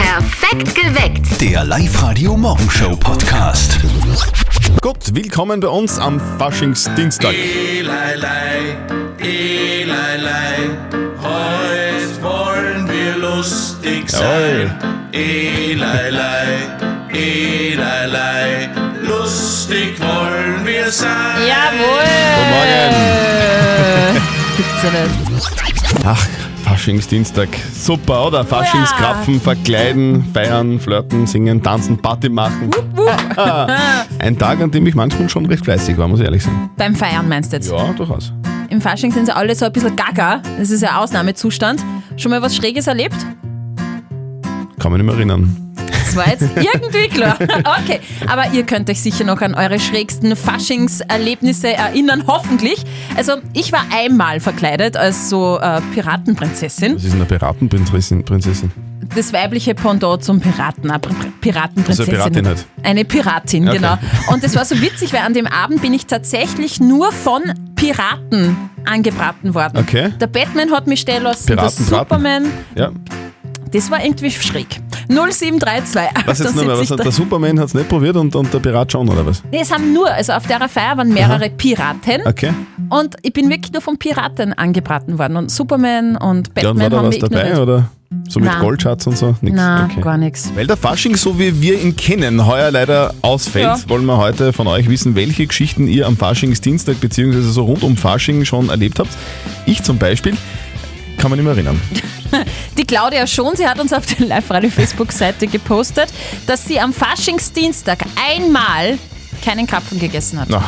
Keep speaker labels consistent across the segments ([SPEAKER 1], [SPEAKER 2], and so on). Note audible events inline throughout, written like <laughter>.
[SPEAKER 1] Perfekt geweckt.
[SPEAKER 2] Der Live-Radio Morgenshow Podcast.
[SPEAKER 3] Gut, willkommen bei uns am Faschingsdienstag.
[SPEAKER 4] Eleilei, Eleilei, heut wollen wir lustig sein. Eleilei, Eleilei, lustig wollen wir sein.
[SPEAKER 3] Guten
[SPEAKER 5] Jawohl!
[SPEAKER 3] Morgen.
[SPEAKER 5] Gibt's ja nicht.
[SPEAKER 3] Ach, Faschingsdienstag. Super, oder? Faschingskrapfen, verkleiden, feiern, flirten, singen, tanzen, Party machen. <laughs> Ein Tag, an dem ich manchmal schon recht fleißig war, muss ich ehrlich sein.
[SPEAKER 5] Beim Feiern meinst du jetzt?
[SPEAKER 3] Ja, durchaus.
[SPEAKER 5] Im Fasching sind sie alle so ein bisschen gaga. Das ist ja Ausnahmezustand. Schon mal was Schräges erlebt?
[SPEAKER 3] Kann mich nicht mehr erinnern.
[SPEAKER 5] Das war jetzt irgendwie klar. Okay, aber ihr könnt euch sicher noch an eure schrägsten Faschingserlebnisse erinnern, hoffentlich. Also ich war einmal verkleidet als so äh, Piratenprinzessin.
[SPEAKER 3] Das ist eine Piratenprinzessin. Prinzessin.
[SPEAKER 5] das weibliche Pendant zum Piraten, äh, Pir- Piratenprinzessin.
[SPEAKER 3] Also eine Piratin halt.
[SPEAKER 5] Eine Piratin,
[SPEAKER 3] Okay.
[SPEAKER 5] genau. Und es war so witzig, weil an dem Abend bin ich tatsächlich nur von Piraten angebraten worden.
[SPEAKER 3] Okay.
[SPEAKER 5] Der Batman hat mich stehen lassen, der
[SPEAKER 3] Piraten braten.
[SPEAKER 5] Superman,
[SPEAKER 3] Ja,
[SPEAKER 5] das war irgendwie schräg. 0732.
[SPEAKER 3] was jetzt nochmal? Was hat der Superman hat es nicht probiert und, und der Pirat schon, oder was?
[SPEAKER 5] Nee, es haben nur, also auf der Feier waren mehrere Piraten
[SPEAKER 3] Okay.
[SPEAKER 5] und ich bin wirklich nur von Piraten angebraten worden. Und Superman und
[SPEAKER 3] Ja,
[SPEAKER 5] Batman
[SPEAKER 3] und war da
[SPEAKER 5] haben
[SPEAKER 3] was
[SPEAKER 5] wir
[SPEAKER 3] dabei,
[SPEAKER 5] ignoriert.
[SPEAKER 3] oder? So mit
[SPEAKER 5] Nein.
[SPEAKER 3] Goldschatz und so? Nix.
[SPEAKER 5] Nein,
[SPEAKER 3] okay.
[SPEAKER 5] gar nichts.
[SPEAKER 3] Weil der Fasching, so wie wir ihn kennen, heuer leider ausfällt,
[SPEAKER 5] Ja.
[SPEAKER 3] wollen wir heute von euch wissen, welche Geschichten ihr am Faschingsdienstag bzw. so rund um Fasching schon erlebt habt. Ich zum Beispiel kann man nicht mehr erinnern.
[SPEAKER 5] Die Claudia schon, sie hat uns auf der Live-Radio-Facebook-Seite gepostet, dass sie am Faschingsdienstag einmal keinen Krapfen gegessen hat.
[SPEAKER 3] Na,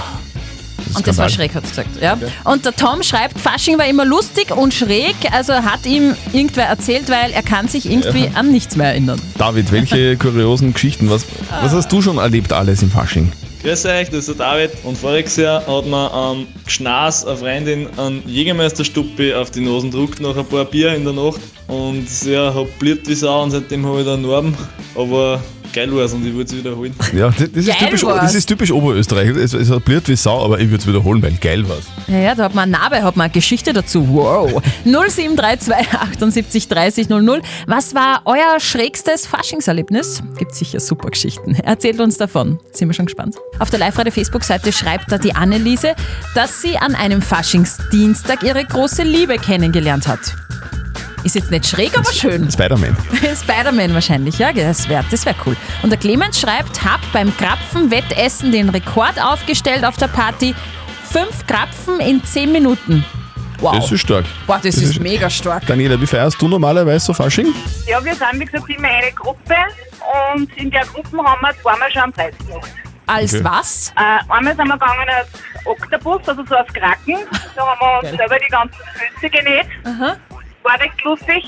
[SPEAKER 5] und das war
[SPEAKER 3] Skandal.
[SPEAKER 5] schräg, hat sie gesagt. Ja. Und der Tom schreibt, Fasching war immer lustig und schräg, also hat ihm irgendwer erzählt, weil er kann sich irgendwie an nichts mehr erinnern.
[SPEAKER 3] David,
[SPEAKER 5] <laughs>
[SPEAKER 3] welche kuriosen Geschichten? Was, was hast du schon erlebt alles im Fasching?
[SPEAKER 6] Grüß euch, das ist der David und voriges Jahr hat mir am Gschnas eine Freundin einen Jägermeisterstuppi auf die Nasen gedruckt nach ein paar Bier in der Nacht und ja, hab bliebt wie Sau und seitdem habe ich da einen Narben, aber geil war's und ich würde es wiederholen.
[SPEAKER 3] Ja, das, das, ist
[SPEAKER 5] Geil
[SPEAKER 3] typisch,
[SPEAKER 5] war's.
[SPEAKER 3] das ist typisch Oberösterreich. Es, es hat blöd wie Sau, aber ich würde es wiederholen, weil geil war's.
[SPEAKER 5] Ja, ja, da hat man eine Narbe, hat man eine Geschichte dazu. Wow. 0732 78 30 00. Was war euer schrägstes Faschingserlebnis? Gibt sicher super Geschichten. Erzählt uns davon. Sind wir schon gespannt. Auf der Live-Radio-Facebook-Seite schreibt da die Anneliese, dass sie an einem Faschingsdienstag ihre große Liebe kennengelernt hat. Ist jetzt nicht schräg, aber schön.
[SPEAKER 3] Spider-Man.
[SPEAKER 5] <laughs> Spider-Man wahrscheinlich, ja, das wäre das wär cool. Und der Clemens schreibt, hab beim Krapfen-Wettessen den Rekord aufgestellt auf der Party. Fünf Krapfen in zehn Minuten. Wow.
[SPEAKER 3] Das ist stark.
[SPEAKER 5] Boah, das, ist, mega stark.
[SPEAKER 3] Daniela, wie feierst du normalerweise so Fasching?
[SPEAKER 7] Ja, wir sind wie gesagt immer eine Gruppe und in der Gruppe haben wir zweimal schon einen Preis gemacht.
[SPEAKER 5] Als
[SPEAKER 3] Okay.
[SPEAKER 5] was?
[SPEAKER 7] Äh, einmal sind wir gegangen als Oktopus, also so als Kraken. Da haben wir uns
[SPEAKER 5] Geil.
[SPEAKER 7] selber die ganzen Füße genäht. War recht lustig.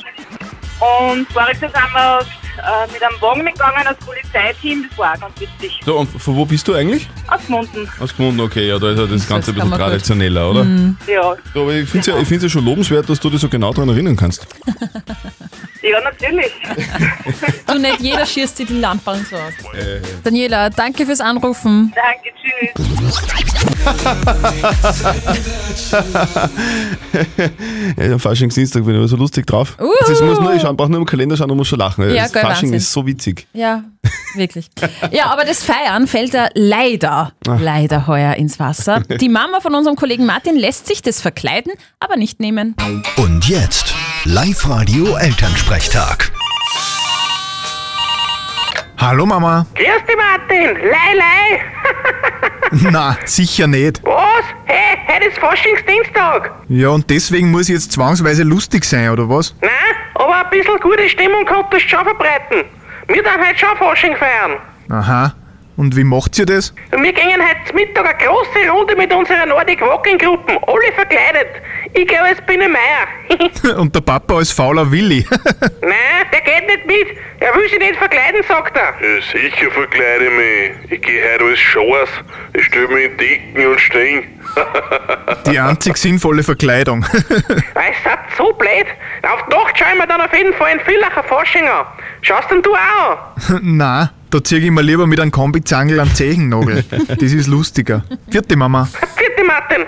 [SPEAKER 7] Und voriges Jahr sind wir äh, mit einem Wagen mitgegangen als Polizeiteam, das war auch ganz witzig.
[SPEAKER 3] So, und von wo bist du eigentlich?
[SPEAKER 7] Aus Munden,
[SPEAKER 3] Aus Gmunden, okay, ja, da ist ja das Ganze ein bisschen
[SPEAKER 5] kann man gut. Mhm.
[SPEAKER 3] traditioneller, oder?
[SPEAKER 7] ja.
[SPEAKER 3] Ja, aber ich finde es ja, ich find's ja schon lobenswert, dass du dich so genau daran erinnern kannst.
[SPEAKER 7] Ja, natürlich. <laughs>
[SPEAKER 5] Du nicht jeder schießt dir die Lampe und so aus.
[SPEAKER 3] Äh,
[SPEAKER 5] Daniela, danke fürs Anrufen.
[SPEAKER 7] Danke, tschüss.
[SPEAKER 3] Ja, am Faschingsdienstag bin ich aber so lustig drauf. Das ist, muss nur, ich brauche nur im Kalender schauen und muss schon lachen.
[SPEAKER 5] Ja,
[SPEAKER 3] das
[SPEAKER 5] geil,
[SPEAKER 3] Fasching
[SPEAKER 5] Wahnsinn.
[SPEAKER 3] ist so
[SPEAKER 5] <laughs>
[SPEAKER 3] witzig.
[SPEAKER 5] Ja, wirklich. Ja, aber das Feiern fällt da leider,
[SPEAKER 3] Ah.
[SPEAKER 5] leider heuer ins Wasser. Die Mama von unserem Kollegen Martin lässt sich das verkleiden, aber nicht nehmen.
[SPEAKER 2] Und jetzt Live-Radio Elternsprechtag.
[SPEAKER 8] Hallo Mama.
[SPEAKER 7] Grüß dich, Martin. Lei, lei.
[SPEAKER 8] Na, sicher nicht.
[SPEAKER 7] Was? Hey, heute ist Faschingsdienstag.
[SPEAKER 8] Ja, und deswegen muss ich jetzt zwangsweise lustig sein, oder was?
[SPEAKER 7] Nein, aber ein bisschen gute Stimmung konntest du schon verbreiten. Wir dann heute schon Fasching feiern.
[SPEAKER 8] Aha. Und wie macht ihr das? <laughs>
[SPEAKER 7] Und wir gingen heute Mittag eine große Runde mit unserer Nordic Walking Gruppen, alle verkleidet. Ich glaube, es bin ein Meier. <laughs>
[SPEAKER 8] Und der Papa ist fauler Willi. <laughs>
[SPEAKER 7] Nein, der geht nicht mit. Er will sich nicht verkleiden, sagt er.
[SPEAKER 9] Ja, sicher verkleide ich mich. Ich gehe heute als Schors. Ich stelle mich in Decken und Stehen.
[SPEAKER 8] Die einzig sinnvolle Verkleidung. <laughs>
[SPEAKER 7] Weil es ist so blöd. Auf die Nacht schauen wir dann auf jeden Fall einen Villacher Fasching an. Schaust denn du auch an?
[SPEAKER 8] Na, da zieh ich mir lieber mit einem Kombizangel am Zehennagel. Das ist lustiger. Vierte Mama.
[SPEAKER 7] Vierte Martin.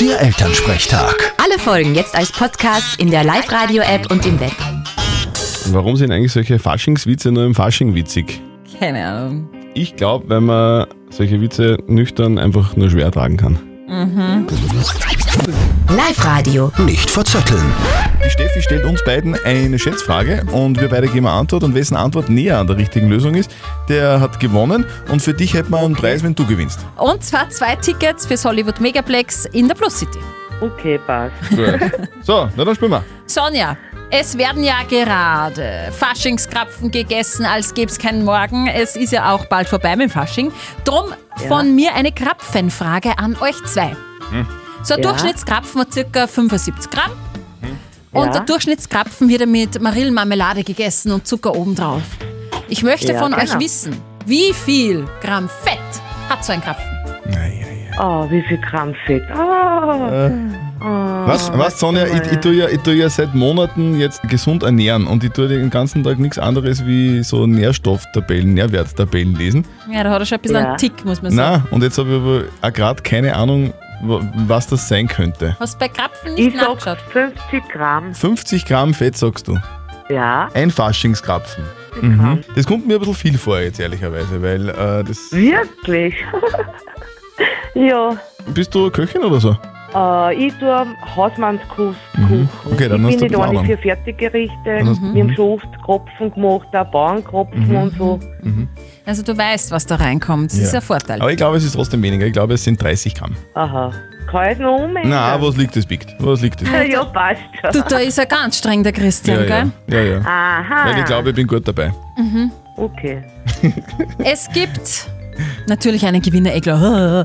[SPEAKER 2] Der Elternsprechtag.
[SPEAKER 10] Alle Folgen jetzt als Podcast in der Live-Radio-App und im Web.
[SPEAKER 3] Warum sind eigentlich solche Faschingswitze nur im Fasching witzig?
[SPEAKER 5] Keine Ahnung.
[SPEAKER 3] Ich glaube, weil man solche Witze nüchtern einfach nur schwer tragen kann.
[SPEAKER 1] Live-Radio.
[SPEAKER 2] Nicht verzetteln.
[SPEAKER 3] Die Steffi stellt uns beiden eine Schätzfrage und wir beide geben eine Antwort. Und wessen Antwort näher an der richtigen Lösung ist, der hat gewonnen. Und für dich hätten wir einen Preis, wenn du gewinnst.
[SPEAKER 5] Und zwar zwei Tickets fürs Hollywood Megaplex in der Plus City.
[SPEAKER 10] Okay, passt.
[SPEAKER 3] So, na dann spielen wir.
[SPEAKER 5] Sonja, es werden ja gerade Faschingskrapfen gegessen, als gäbe es keinen Morgen. Es ist ja auch bald vorbei mit dem Fasching. Drum von mir eine Krapfenfrage an euch zwei. So ein
[SPEAKER 10] Hm. Ja. Hm.
[SPEAKER 5] Durchschnittskrapfen hat ca. 75 Gramm. Und
[SPEAKER 10] Ja.
[SPEAKER 5] der Durchschnittskrapfen wird ja mit Marillenmarmelade gegessen und Zucker obendrauf. Ich möchte
[SPEAKER 10] Ja,
[SPEAKER 5] von euch
[SPEAKER 10] genau.
[SPEAKER 5] wissen, wie viel Gramm Fett hat so ein Krapfen?
[SPEAKER 10] Oh, wie viel Gramm Fett. Ah. Oh,
[SPEAKER 3] Was, was Sonja, ich, ich, tue ja, ich tue ja seit Monaten jetzt gesund ernähren und ich tue den ganzen Tag nichts anderes wie so Nährstofftabellen, Nährwerttabellen lesen.
[SPEAKER 5] Ja, da hat er schon ein bisschen
[SPEAKER 10] Ja.
[SPEAKER 5] einen Tick, muss man sagen.
[SPEAKER 3] Na, und jetzt habe ich aber auch gerade keine Ahnung, wa- was das sein könnte.
[SPEAKER 5] Hast bei Krapfen nicht
[SPEAKER 10] ich
[SPEAKER 5] nachgeschaut?
[SPEAKER 10] sag 50 Gramm.
[SPEAKER 3] 50 Gramm Fett, sagst du.
[SPEAKER 10] Ja,
[SPEAKER 3] Ein Faschingskrapfen.
[SPEAKER 10] 50
[SPEAKER 5] Mhm.
[SPEAKER 10] Gramm.
[SPEAKER 3] Das kommt mir ein bisschen viel vor jetzt, ehrlicherweise, weil äh, das.
[SPEAKER 10] Wirklich? <laughs> ja.
[SPEAKER 5] Mhm.
[SPEAKER 3] Bist du Köchin oder so?
[SPEAKER 10] Äh, ich tue Hausmannskost kochen.
[SPEAKER 3] Okay, dann
[SPEAKER 10] ich
[SPEAKER 3] hast du ein
[SPEAKER 10] bin nicht
[SPEAKER 3] bisschen
[SPEAKER 10] auch
[SPEAKER 3] Ahnung.
[SPEAKER 10] nicht für Fertiggerichte.
[SPEAKER 3] Dann hast- Mhm.
[SPEAKER 10] Wir haben schon oft Kropfen gemacht, auch Bauernkropfen und so.
[SPEAKER 5] Also du weißt, was da reinkommt. Das
[SPEAKER 3] Ja.
[SPEAKER 5] ist ein Vorteil.
[SPEAKER 3] Aber ich glaube, es ist trotzdem weniger. Ich glaube, es sind 30 Gramm.
[SPEAKER 10] Aha. Kann ich noch umändern?
[SPEAKER 3] Na, was liegt das, Biegt? Was liegt das?
[SPEAKER 10] <laughs> Ja, passt schon.
[SPEAKER 5] Du, da ist er ganz streng, der Christian,
[SPEAKER 3] ja,
[SPEAKER 5] gell?
[SPEAKER 3] ja, ja, ja.
[SPEAKER 5] Ah.
[SPEAKER 10] Aha.
[SPEAKER 3] Weil ich glaube, ich bin gut dabei.
[SPEAKER 10] Okay.
[SPEAKER 5] Es gibt natürlich einen Gewinner, eh klar. Äh,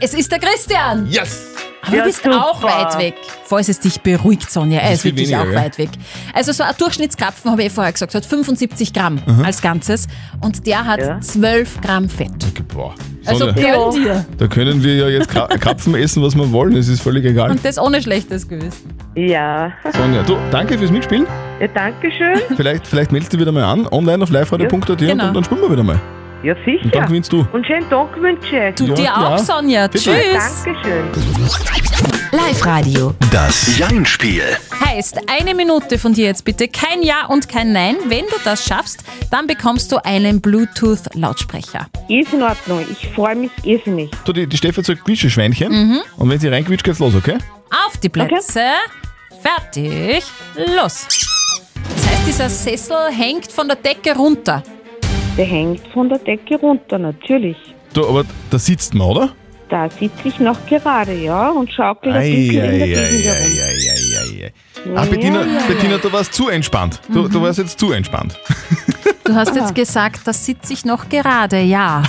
[SPEAKER 5] es ist der Christian.
[SPEAKER 3] Yes!
[SPEAKER 5] Aber
[SPEAKER 10] Ja,
[SPEAKER 5] du bist
[SPEAKER 10] super.
[SPEAKER 5] auch weit weg. Falls es dich beruhigt, Sonja, er
[SPEAKER 3] ist
[SPEAKER 5] ist
[SPEAKER 3] viel
[SPEAKER 5] wirklich
[SPEAKER 3] weniger,
[SPEAKER 5] auch
[SPEAKER 3] gell?
[SPEAKER 5] weit weg. Also so ein Durchschnittskrapfen, habe ich eh vorher gesagt, hat 75 Gramm
[SPEAKER 3] Mhm.
[SPEAKER 5] als Ganzes. Und der hat
[SPEAKER 10] Ja.
[SPEAKER 5] 12 Gramm Fett.
[SPEAKER 3] Boah.
[SPEAKER 5] Also
[SPEAKER 3] Sonja,
[SPEAKER 5] gönn dir.
[SPEAKER 3] da können wir ja jetzt Kra
[SPEAKER 5] <laughs>
[SPEAKER 3] Krapfen essen, was wir wollen. Es ist völlig egal.
[SPEAKER 5] Und das ohne schlechtes Gewissen.
[SPEAKER 10] Ja.
[SPEAKER 3] Sonja, du, danke fürs Mitspielen.
[SPEAKER 10] ja Dankeschön.
[SPEAKER 3] Vielleicht, vielleicht meldest du wieder mal an, online auf liveradio.at
[SPEAKER 5] Genau.
[SPEAKER 3] und dann spielen wir wieder mal.
[SPEAKER 10] Ja,
[SPEAKER 3] Und dann
[SPEAKER 10] sicher.
[SPEAKER 3] gewinnst du.
[SPEAKER 10] Und schönen Tag wünsche
[SPEAKER 5] Du
[SPEAKER 10] ich.
[SPEAKER 3] Ja,
[SPEAKER 5] dir
[SPEAKER 3] klar.
[SPEAKER 5] auch, Sonja.
[SPEAKER 3] Bitte.
[SPEAKER 5] Tschüss.
[SPEAKER 10] Dankeschön.
[SPEAKER 1] Live-Radio.
[SPEAKER 2] Das Jein-Spiel.
[SPEAKER 5] Heißt, eine Minute von dir jetzt bitte. Kein Ja und kein Nein. Wenn du das schaffst, dann bekommst du einen Bluetooth-Lautsprecher.
[SPEAKER 10] Ist in Ordnung. Ich freue mich irrsinnig.
[SPEAKER 3] Du, die, die Steffi sagt Quietscheschweinchen.
[SPEAKER 5] Mhm.
[SPEAKER 3] Und wenn sie reinquitscht, geht's los, okay?
[SPEAKER 5] Auf die Plätze. Fertig. Los. Das heißt, dieser Sessel hängt von der Decke runter.
[SPEAKER 10] Der hängt von der Decke runter, natürlich.
[SPEAKER 3] Du, aber da sitzt man, oder?
[SPEAKER 10] Da sitze ich noch gerade, ja, und schaukel ein bisschen in der Gegend herum.
[SPEAKER 3] Eieieiei. Ah, Bettina, Bettina, du warst zu entspannt. Du, du warst jetzt zu entspannt.
[SPEAKER 5] Du hast jetzt gesagt, da sitze ich noch gerade, ja.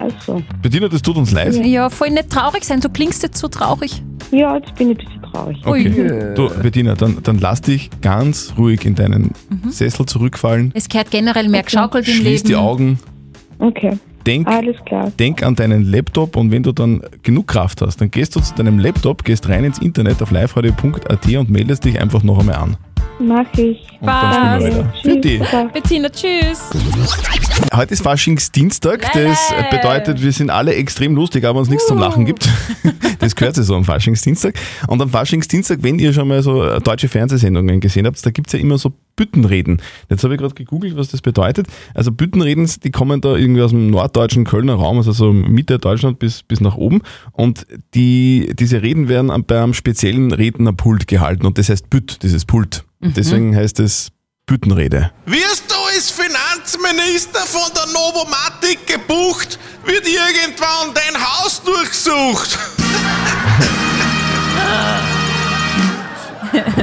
[SPEAKER 10] Also,
[SPEAKER 3] Bettina, das tut uns leid.
[SPEAKER 5] Ja, voll nicht traurig sein, du klingst jetzt so traurig.
[SPEAKER 10] ja, jetzt bin ich ein bisschen traurig.
[SPEAKER 3] Oh. Okay. Du, Bettina, dann, dann lass dich ganz ruhig in deinen Sessel zurückfallen.
[SPEAKER 5] Es gehört generell mehr geschaukelt im
[SPEAKER 3] Schließ
[SPEAKER 5] Leben.
[SPEAKER 3] die Augen.
[SPEAKER 10] Okay,
[SPEAKER 3] Denk,
[SPEAKER 10] alles klar.
[SPEAKER 3] denk an deinen Laptop und wenn du dann genug Kraft hast, dann gehst du zu deinem Laptop, gehst rein ins Internet auf liveradio.at und meldest dich einfach noch einmal an.
[SPEAKER 10] Mach ich.
[SPEAKER 3] Und dann spielen wir weiter. Für die. <laughs>
[SPEAKER 5] Bettina, tschüss.
[SPEAKER 3] Heute ist Faschingsdienstag,
[SPEAKER 5] Lele.
[SPEAKER 3] das bedeutet, wir sind alle extrem lustig, aber uns nichts zum Lachen gibt. <laughs> Das gehört sich so am Faschingsdienstag. Und am Faschingsdienstag, wenn ihr schon mal so äh, deutsche Fernsehsendungen gesehen habt, da gibt's ja immer so Büttenreden. Jetzt habe ich gerade gegoogelt, was das bedeutet. Also Büttenreden, die kommen da irgendwie aus dem norddeutschen Kölner Raum, also so Mitte Deutschland bis, bis nach oben. Und die, diese Reden werden am- bei einem speziellen Rednerpult gehalten. Und das heißt Bütt, dieses Pult. Deswegen heißt es Büttenrede.
[SPEAKER 4] Wirst du als Finanzminister von der Novomatic gebucht, wird irgendwann dein Haus durchsucht.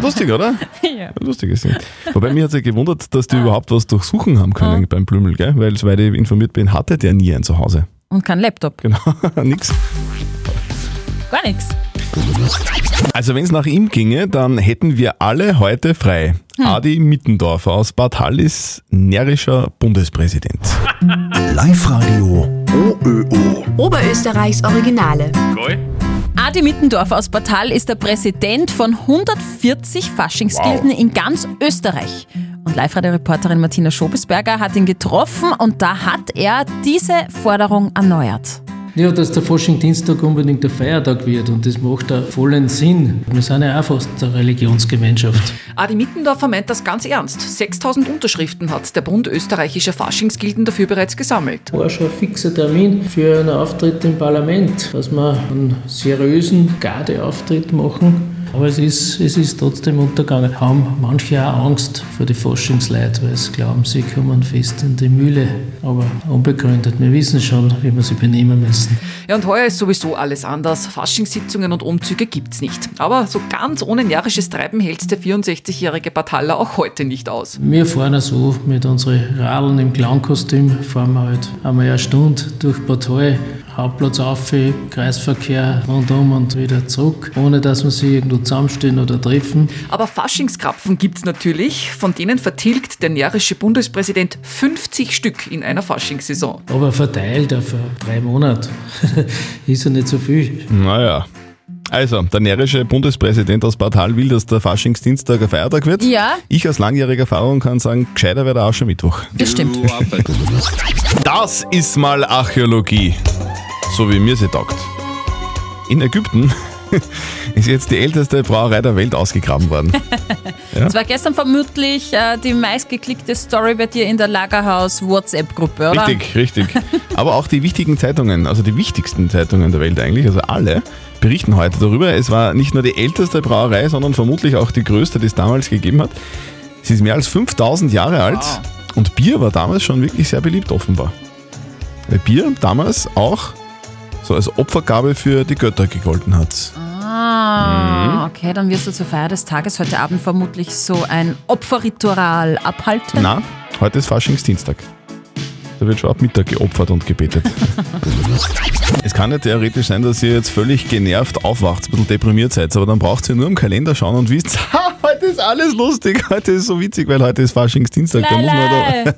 [SPEAKER 3] Lustig, oder?
[SPEAKER 5] Ja.
[SPEAKER 3] Lustiges Ding. Wobei mich hat ja gewundert, dass die überhaupt was durchsuchen haben können beim Blümel, gell? Weil, soweit ich informiert bin, hatte der nie ein Zuhause.
[SPEAKER 5] Und kein Laptop,
[SPEAKER 3] Genau, <laughs> nix.
[SPEAKER 5] gar nichts.
[SPEAKER 3] Also wenn es nach ihm ginge, dann hätten wir alle heute frei. Adi Mittendorfer aus Bad Hall ist närrischer Bundespräsident.
[SPEAKER 2] Live-Radio OÖO.
[SPEAKER 1] Oberösterreichs Originale.
[SPEAKER 5] Adi Mittendorf aus Portal ist der Präsident von 140 Faschingsgilden in ganz Österreich. Und Live-Radio-Reporterin Martina Schobesberger hat ihn getroffen und da hat er diese Forderung erneuert.
[SPEAKER 11] Ja, dass der Faschingdienstag unbedingt der Feiertag wird und das macht da vollen Sinn. Wir sind ja auch fast eine Religionsgemeinschaft.
[SPEAKER 12] Adi Mittendorfer meint das ganz ernst. 6000 Unterschriften hat der Bund österreichischer Faschingsgilden dafür bereits gesammelt.
[SPEAKER 11] War schon ein fixer Termin für einen Auftritt im Parlament, dass wir einen seriösen Gardeauftritt machen. Aber es ist, es ist trotzdem untergegangen. Haben manche auch Angst vor die Forschungsleute, weil sie glauben, sie kommen fest in die Mühle. Aber unbegründet. Wir wissen schon, wie wir sie benehmen müssen.
[SPEAKER 12] Ja, und heuer ist sowieso alles anders. Faschingssitzungen und Umzüge gibt's nicht. Aber so ganz ohne närrisches Treiben hält der 64-jährige Batalla auch heute nicht aus.
[SPEAKER 11] Wir fahren ja so mit unseren Radeln im Clownkostüm, fahren wir halt einmal eine Stunde durch Partei, Hauptplatz auf, Kreisverkehr rundum und wieder zurück, ohne dass wir sie irgendwo zusammenstehen oder treffen.
[SPEAKER 12] Aber Faschingskrapfen gibt's natürlich. Von denen vertilgt der närrische Bundespräsident 50 Stück in einer Faschingssaison.
[SPEAKER 11] Aber verteilt auf äh, drei Monate <laughs> ist ja nicht so viel.
[SPEAKER 3] Naja. Also, der närrische Bundespräsident aus Bad Hall will, dass der Faschingsdienstag ein Feiertag wird.
[SPEAKER 5] Ja.
[SPEAKER 3] Ich aus langjähriger Erfahrung kann sagen, gescheiter wäre der Aschermittwoch.
[SPEAKER 5] Das stimmt.
[SPEAKER 3] Das ist mal Archäologie. So wie mir sie taugt. In Ägypten <laughs> ist jetzt die älteste Brauerei der Welt ausgegraben worden. Ja.
[SPEAKER 5] Es war gestern vermutlich äh, die meistgeklickte Story bei dir in der Lagerhaus-WhatsApp-Gruppe, oder?
[SPEAKER 3] Richtig, richtig. Aber auch die wichtigen Zeitungen, also die wichtigsten Zeitungen der Welt eigentlich, also alle, berichten heute darüber. Es war nicht nur die älteste Brauerei, sondern vermutlich auch die größte, die es damals gegeben hat. Sie ist mehr als 5000 Jahre alt und Bier war damals schon wirklich sehr beliebt, offenbar. Weil Bier damals auch so als Opfergabe für die Götter gegolten hat.
[SPEAKER 5] Ah,
[SPEAKER 3] Mhm.
[SPEAKER 5] okay, dann wirst du zur Feier des Tages heute Abend vermutlich so ein Opferritual abhalten.
[SPEAKER 3] Na, heute ist Faschingsdienstag. Da wird schon ab Mittag geopfert und gebetet. es kann ja theoretisch sein, dass ihr jetzt völlig genervt aufwacht, ein bisschen deprimiert seid, aber dann braucht ihr nur im Kalender schauen und wisst, <laughs> ha, heute ist alles lustig, heute ist so witzig, weil heute ist Faschingsdienstag. Da muss, man <laughs> da,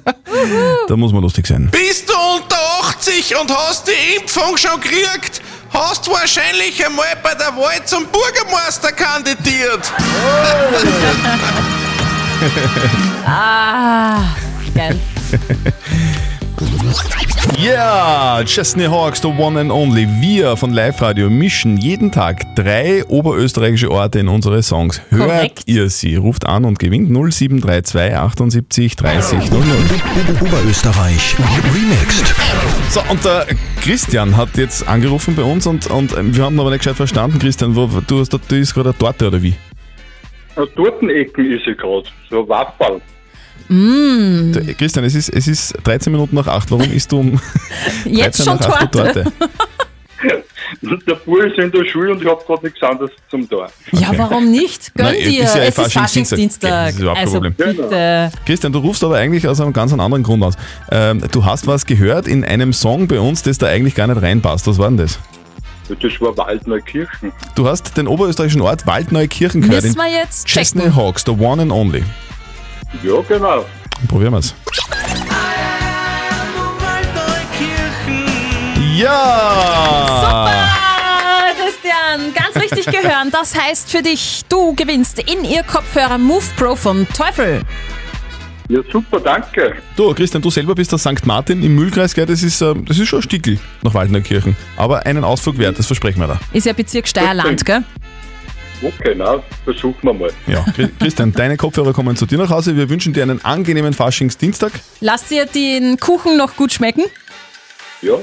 [SPEAKER 3] da muss man lustig sein.
[SPEAKER 4] Bist du unter 80 und hast die Impfung schon gekriegt? Hast wahrscheinlich einmal bei der Wahl zum Bürgermeister kandidiert.
[SPEAKER 5] Ah, geil.
[SPEAKER 3] Ja, Chesney E. Hawks, the one and only. Wir von Live Radio mischen jeden Tag drei oberösterreichische Orte in unsere Songs. Hört
[SPEAKER 2] Korrekt.
[SPEAKER 3] ihr sie? Ruft an und gewinnt 0732 78 30 00.
[SPEAKER 2] Oberösterreich Remixed.
[SPEAKER 3] So, und der Christian hat jetzt angerufen bei uns und, und ähm, wir haben aber nicht gescheit verstanden, Christian. Wo, du hast da, du isst gerade eine Torte oder wie?
[SPEAKER 13] Aus Tortenecken ist ich gerade. So ein Wafferl.
[SPEAKER 5] Mm.
[SPEAKER 3] Du, äh, Christian, es ist, es ist 13 Minuten nach 8. Warum isst du um
[SPEAKER 5] Jetzt
[SPEAKER 3] 13
[SPEAKER 5] schon
[SPEAKER 3] nach acht die
[SPEAKER 5] Torte.
[SPEAKER 13] Der Bub ist in der Schule und ich hab gerade nichts anderes zum Tor.
[SPEAKER 5] Ja, warum nicht? Gönn
[SPEAKER 3] Nein, es
[SPEAKER 5] dir,
[SPEAKER 3] ist ja
[SPEAKER 5] es ist
[SPEAKER 3] Faschingsdienstag.
[SPEAKER 5] Faschingsdienstag.
[SPEAKER 3] Das ist überhaupt kein
[SPEAKER 5] also
[SPEAKER 3] Problem.
[SPEAKER 5] bitte.
[SPEAKER 3] Christian, du rufst aber eigentlich aus einem ganz anderen Grund aus. Ähm, du hast was gehört in einem Song bei uns, das da eigentlich gar nicht reinpasst. Was war denn das?
[SPEAKER 13] Das war Waldneukirchen.
[SPEAKER 3] Du hast den oberösterreichischen Ort Waldneukirchen gehört.
[SPEAKER 5] Müssen
[SPEAKER 3] in
[SPEAKER 5] wir jetzt
[SPEAKER 3] Chesney
[SPEAKER 5] checken.
[SPEAKER 3] Hawks, the one and only.
[SPEAKER 13] Ja, genau.
[SPEAKER 3] Probieren wir's. Ja!
[SPEAKER 5] Ah, Christian, ganz richtig gehören. Das heißt für dich, du gewinnst in ihr Kopfhörer Move Pro von Teufel.
[SPEAKER 13] Ja, super, danke.
[SPEAKER 3] Du, Christian, du selber bist der St. Martin im Mühlkreis, gell? Das ist, ähm, das ist schon ein Stickel nach Waldneukirchen. Aber einen Ausflug wert, das versprechen wir da.
[SPEAKER 5] Ist ja Bezirk Steierland, gell?
[SPEAKER 13] Okay, na, versuchen wir mal.
[SPEAKER 3] Ja, Chri- Christian, <laughs> deine Kopfhörer kommen zu dir nach Hause. Wir wünschen dir einen angenehmen Faschingsdienstag.
[SPEAKER 5] Lass dir den Kuchen noch gut schmecken.
[SPEAKER 13] Ja,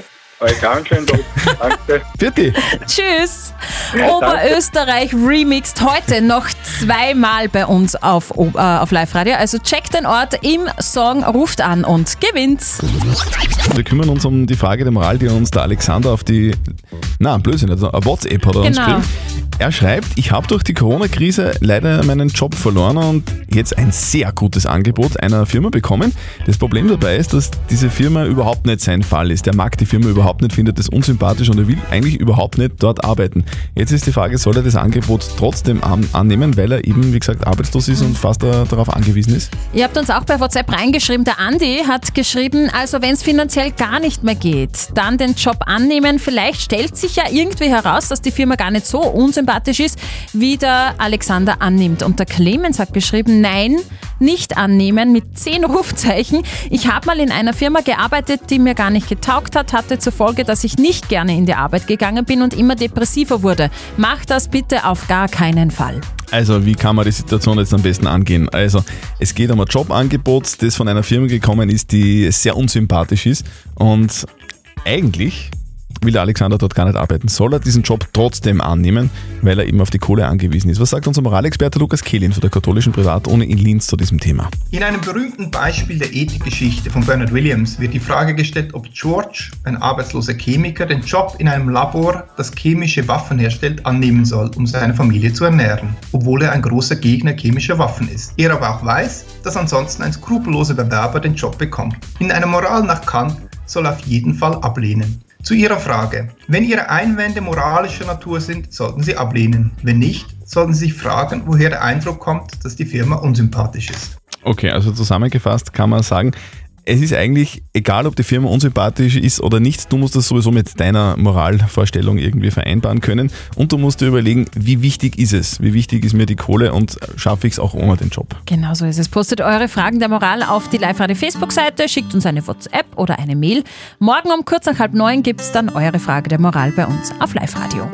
[SPEAKER 13] euch anscheinend auch. <laughs> Danke.
[SPEAKER 3] Vierte.
[SPEAKER 5] Tschüss.
[SPEAKER 13] Ja,
[SPEAKER 5] Oberösterreich remixed heute noch zweimal bei uns auf, O- äh, auf Live Radio. Also checkt den Ort im Song, ruft an und gewinnt.
[SPEAKER 3] Wir kümmern uns um die Frage der Moral, die uns der Alexander auf die. Na, Blödsinn, also eine WhatsApp hat er uns
[SPEAKER 5] Genau.
[SPEAKER 3] geschrieben. Er schreibt, ich habe durch die Corona-Krise leider meinen Job verloren und jetzt ein sehr gutes Angebot einer Firma bekommen. Das Problem dabei ist, dass diese Firma überhaupt nicht sein Fall ist. Er mag die Firma überhaupt nicht, findet es unsympathisch und er will eigentlich überhaupt nicht dort arbeiten. Jetzt ist die Frage, soll er das Angebot trotzdem an annehmen, weil er eben, wie gesagt, arbeitslos ist und fast äh, darauf angewiesen ist?
[SPEAKER 5] Ihr habt uns auch bei WhatsApp reingeschrieben, der Andi hat geschrieben, also wenn es finanziell gar nicht mehr geht, dann den Job annehmen. Vielleicht stellt sich ja irgendwie heraus, dass die Firma gar nicht so unsympathisch ist, wie der Alexander annimmt. Und der Clemens hat geschrieben, nein, nicht annehmen mit zehn <laughs> Rufzeichen. Ich habe mal in einer Firma gearbeitet, die mir gar nicht getaugt hat, hatte zur Folge, dass ich nicht gerne in die Arbeit gegangen bin und immer depressiver wurde. Mach das bitte auf gar keinen Fall.
[SPEAKER 3] Also, wie kann man die Situation jetzt am besten angehen? Also, es geht um ein Jobangebot, das von einer Firma gekommen ist, die sehr unsympathisch ist. Und eigentlich will der Alexander dort gar nicht arbeiten. Soll er diesen Job trotzdem annehmen, weil er eben auf die Kohle angewiesen ist? Was sagt unser Moralexperte Lukas Kehlin von der katholischen Privatuni in Linz zu diesem Thema?
[SPEAKER 14] In einem berühmten Beispiel der Ethikgeschichte von Bernard Williams wird die Frage gestellt, ob George, ein arbeitsloser Chemiker, den Job in einem Labor, das chemische Waffen herstellt, annehmen soll, um seine Familie zu ernähren, obwohl er ein großer Gegner chemischer Waffen ist. Er aber auch weiß, dass ansonsten ein skrupelloser Bewerber den Job bekommt. In einer Moral nach Kant soll er auf jeden Fall ablehnen. Zu Ihrer Frage. Wenn Ihre Einwände moralischer Natur sind, sollten Sie ablehnen. Wenn nicht, sollten Sie sich fragen, woher der Eindruck kommt, dass die Firma unsympathisch ist.
[SPEAKER 3] Okay, also zusammengefasst kann man sagen, es ist eigentlich egal, ob die Firma unsympathisch ist oder nicht, du musst das sowieso mit deiner Moralvorstellung irgendwie vereinbaren können und du musst dir überlegen, wie wichtig ist es, wie wichtig ist mir die Kohle und schaffe ich es auch ohne den Job.
[SPEAKER 5] Genau so ist es. Postet eure Fragen der Moral auf die Live-Radio-Facebook-Seite, schickt uns eine WhatsApp oder eine Mail. Morgen um kurz nach halb neun gibt es dann eure Frage der Moral bei uns auf Live-Radio.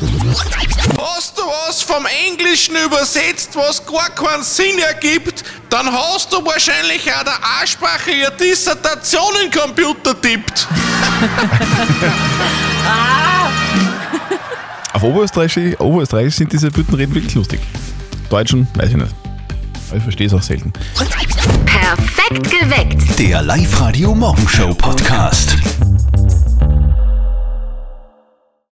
[SPEAKER 4] Hast du was vom Englischen übersetzt, was gar keinen Sinn ergibt, dann hast du wahrscheinlich auch der Arschbache ihr Dissertationencomputer tippt.
[SPEAKER 3] Auf Oberösterreichisch, Oberösterreichisch sind diese Büttenreden wirklich lustig. Deutschen, weiß ich nicht. Aber ich verstehe es auch selten.
[SPEAKER 1] Perfekt geweckt.
[SPEAKER 2] Der Live-Radio Morgenshow Podcast.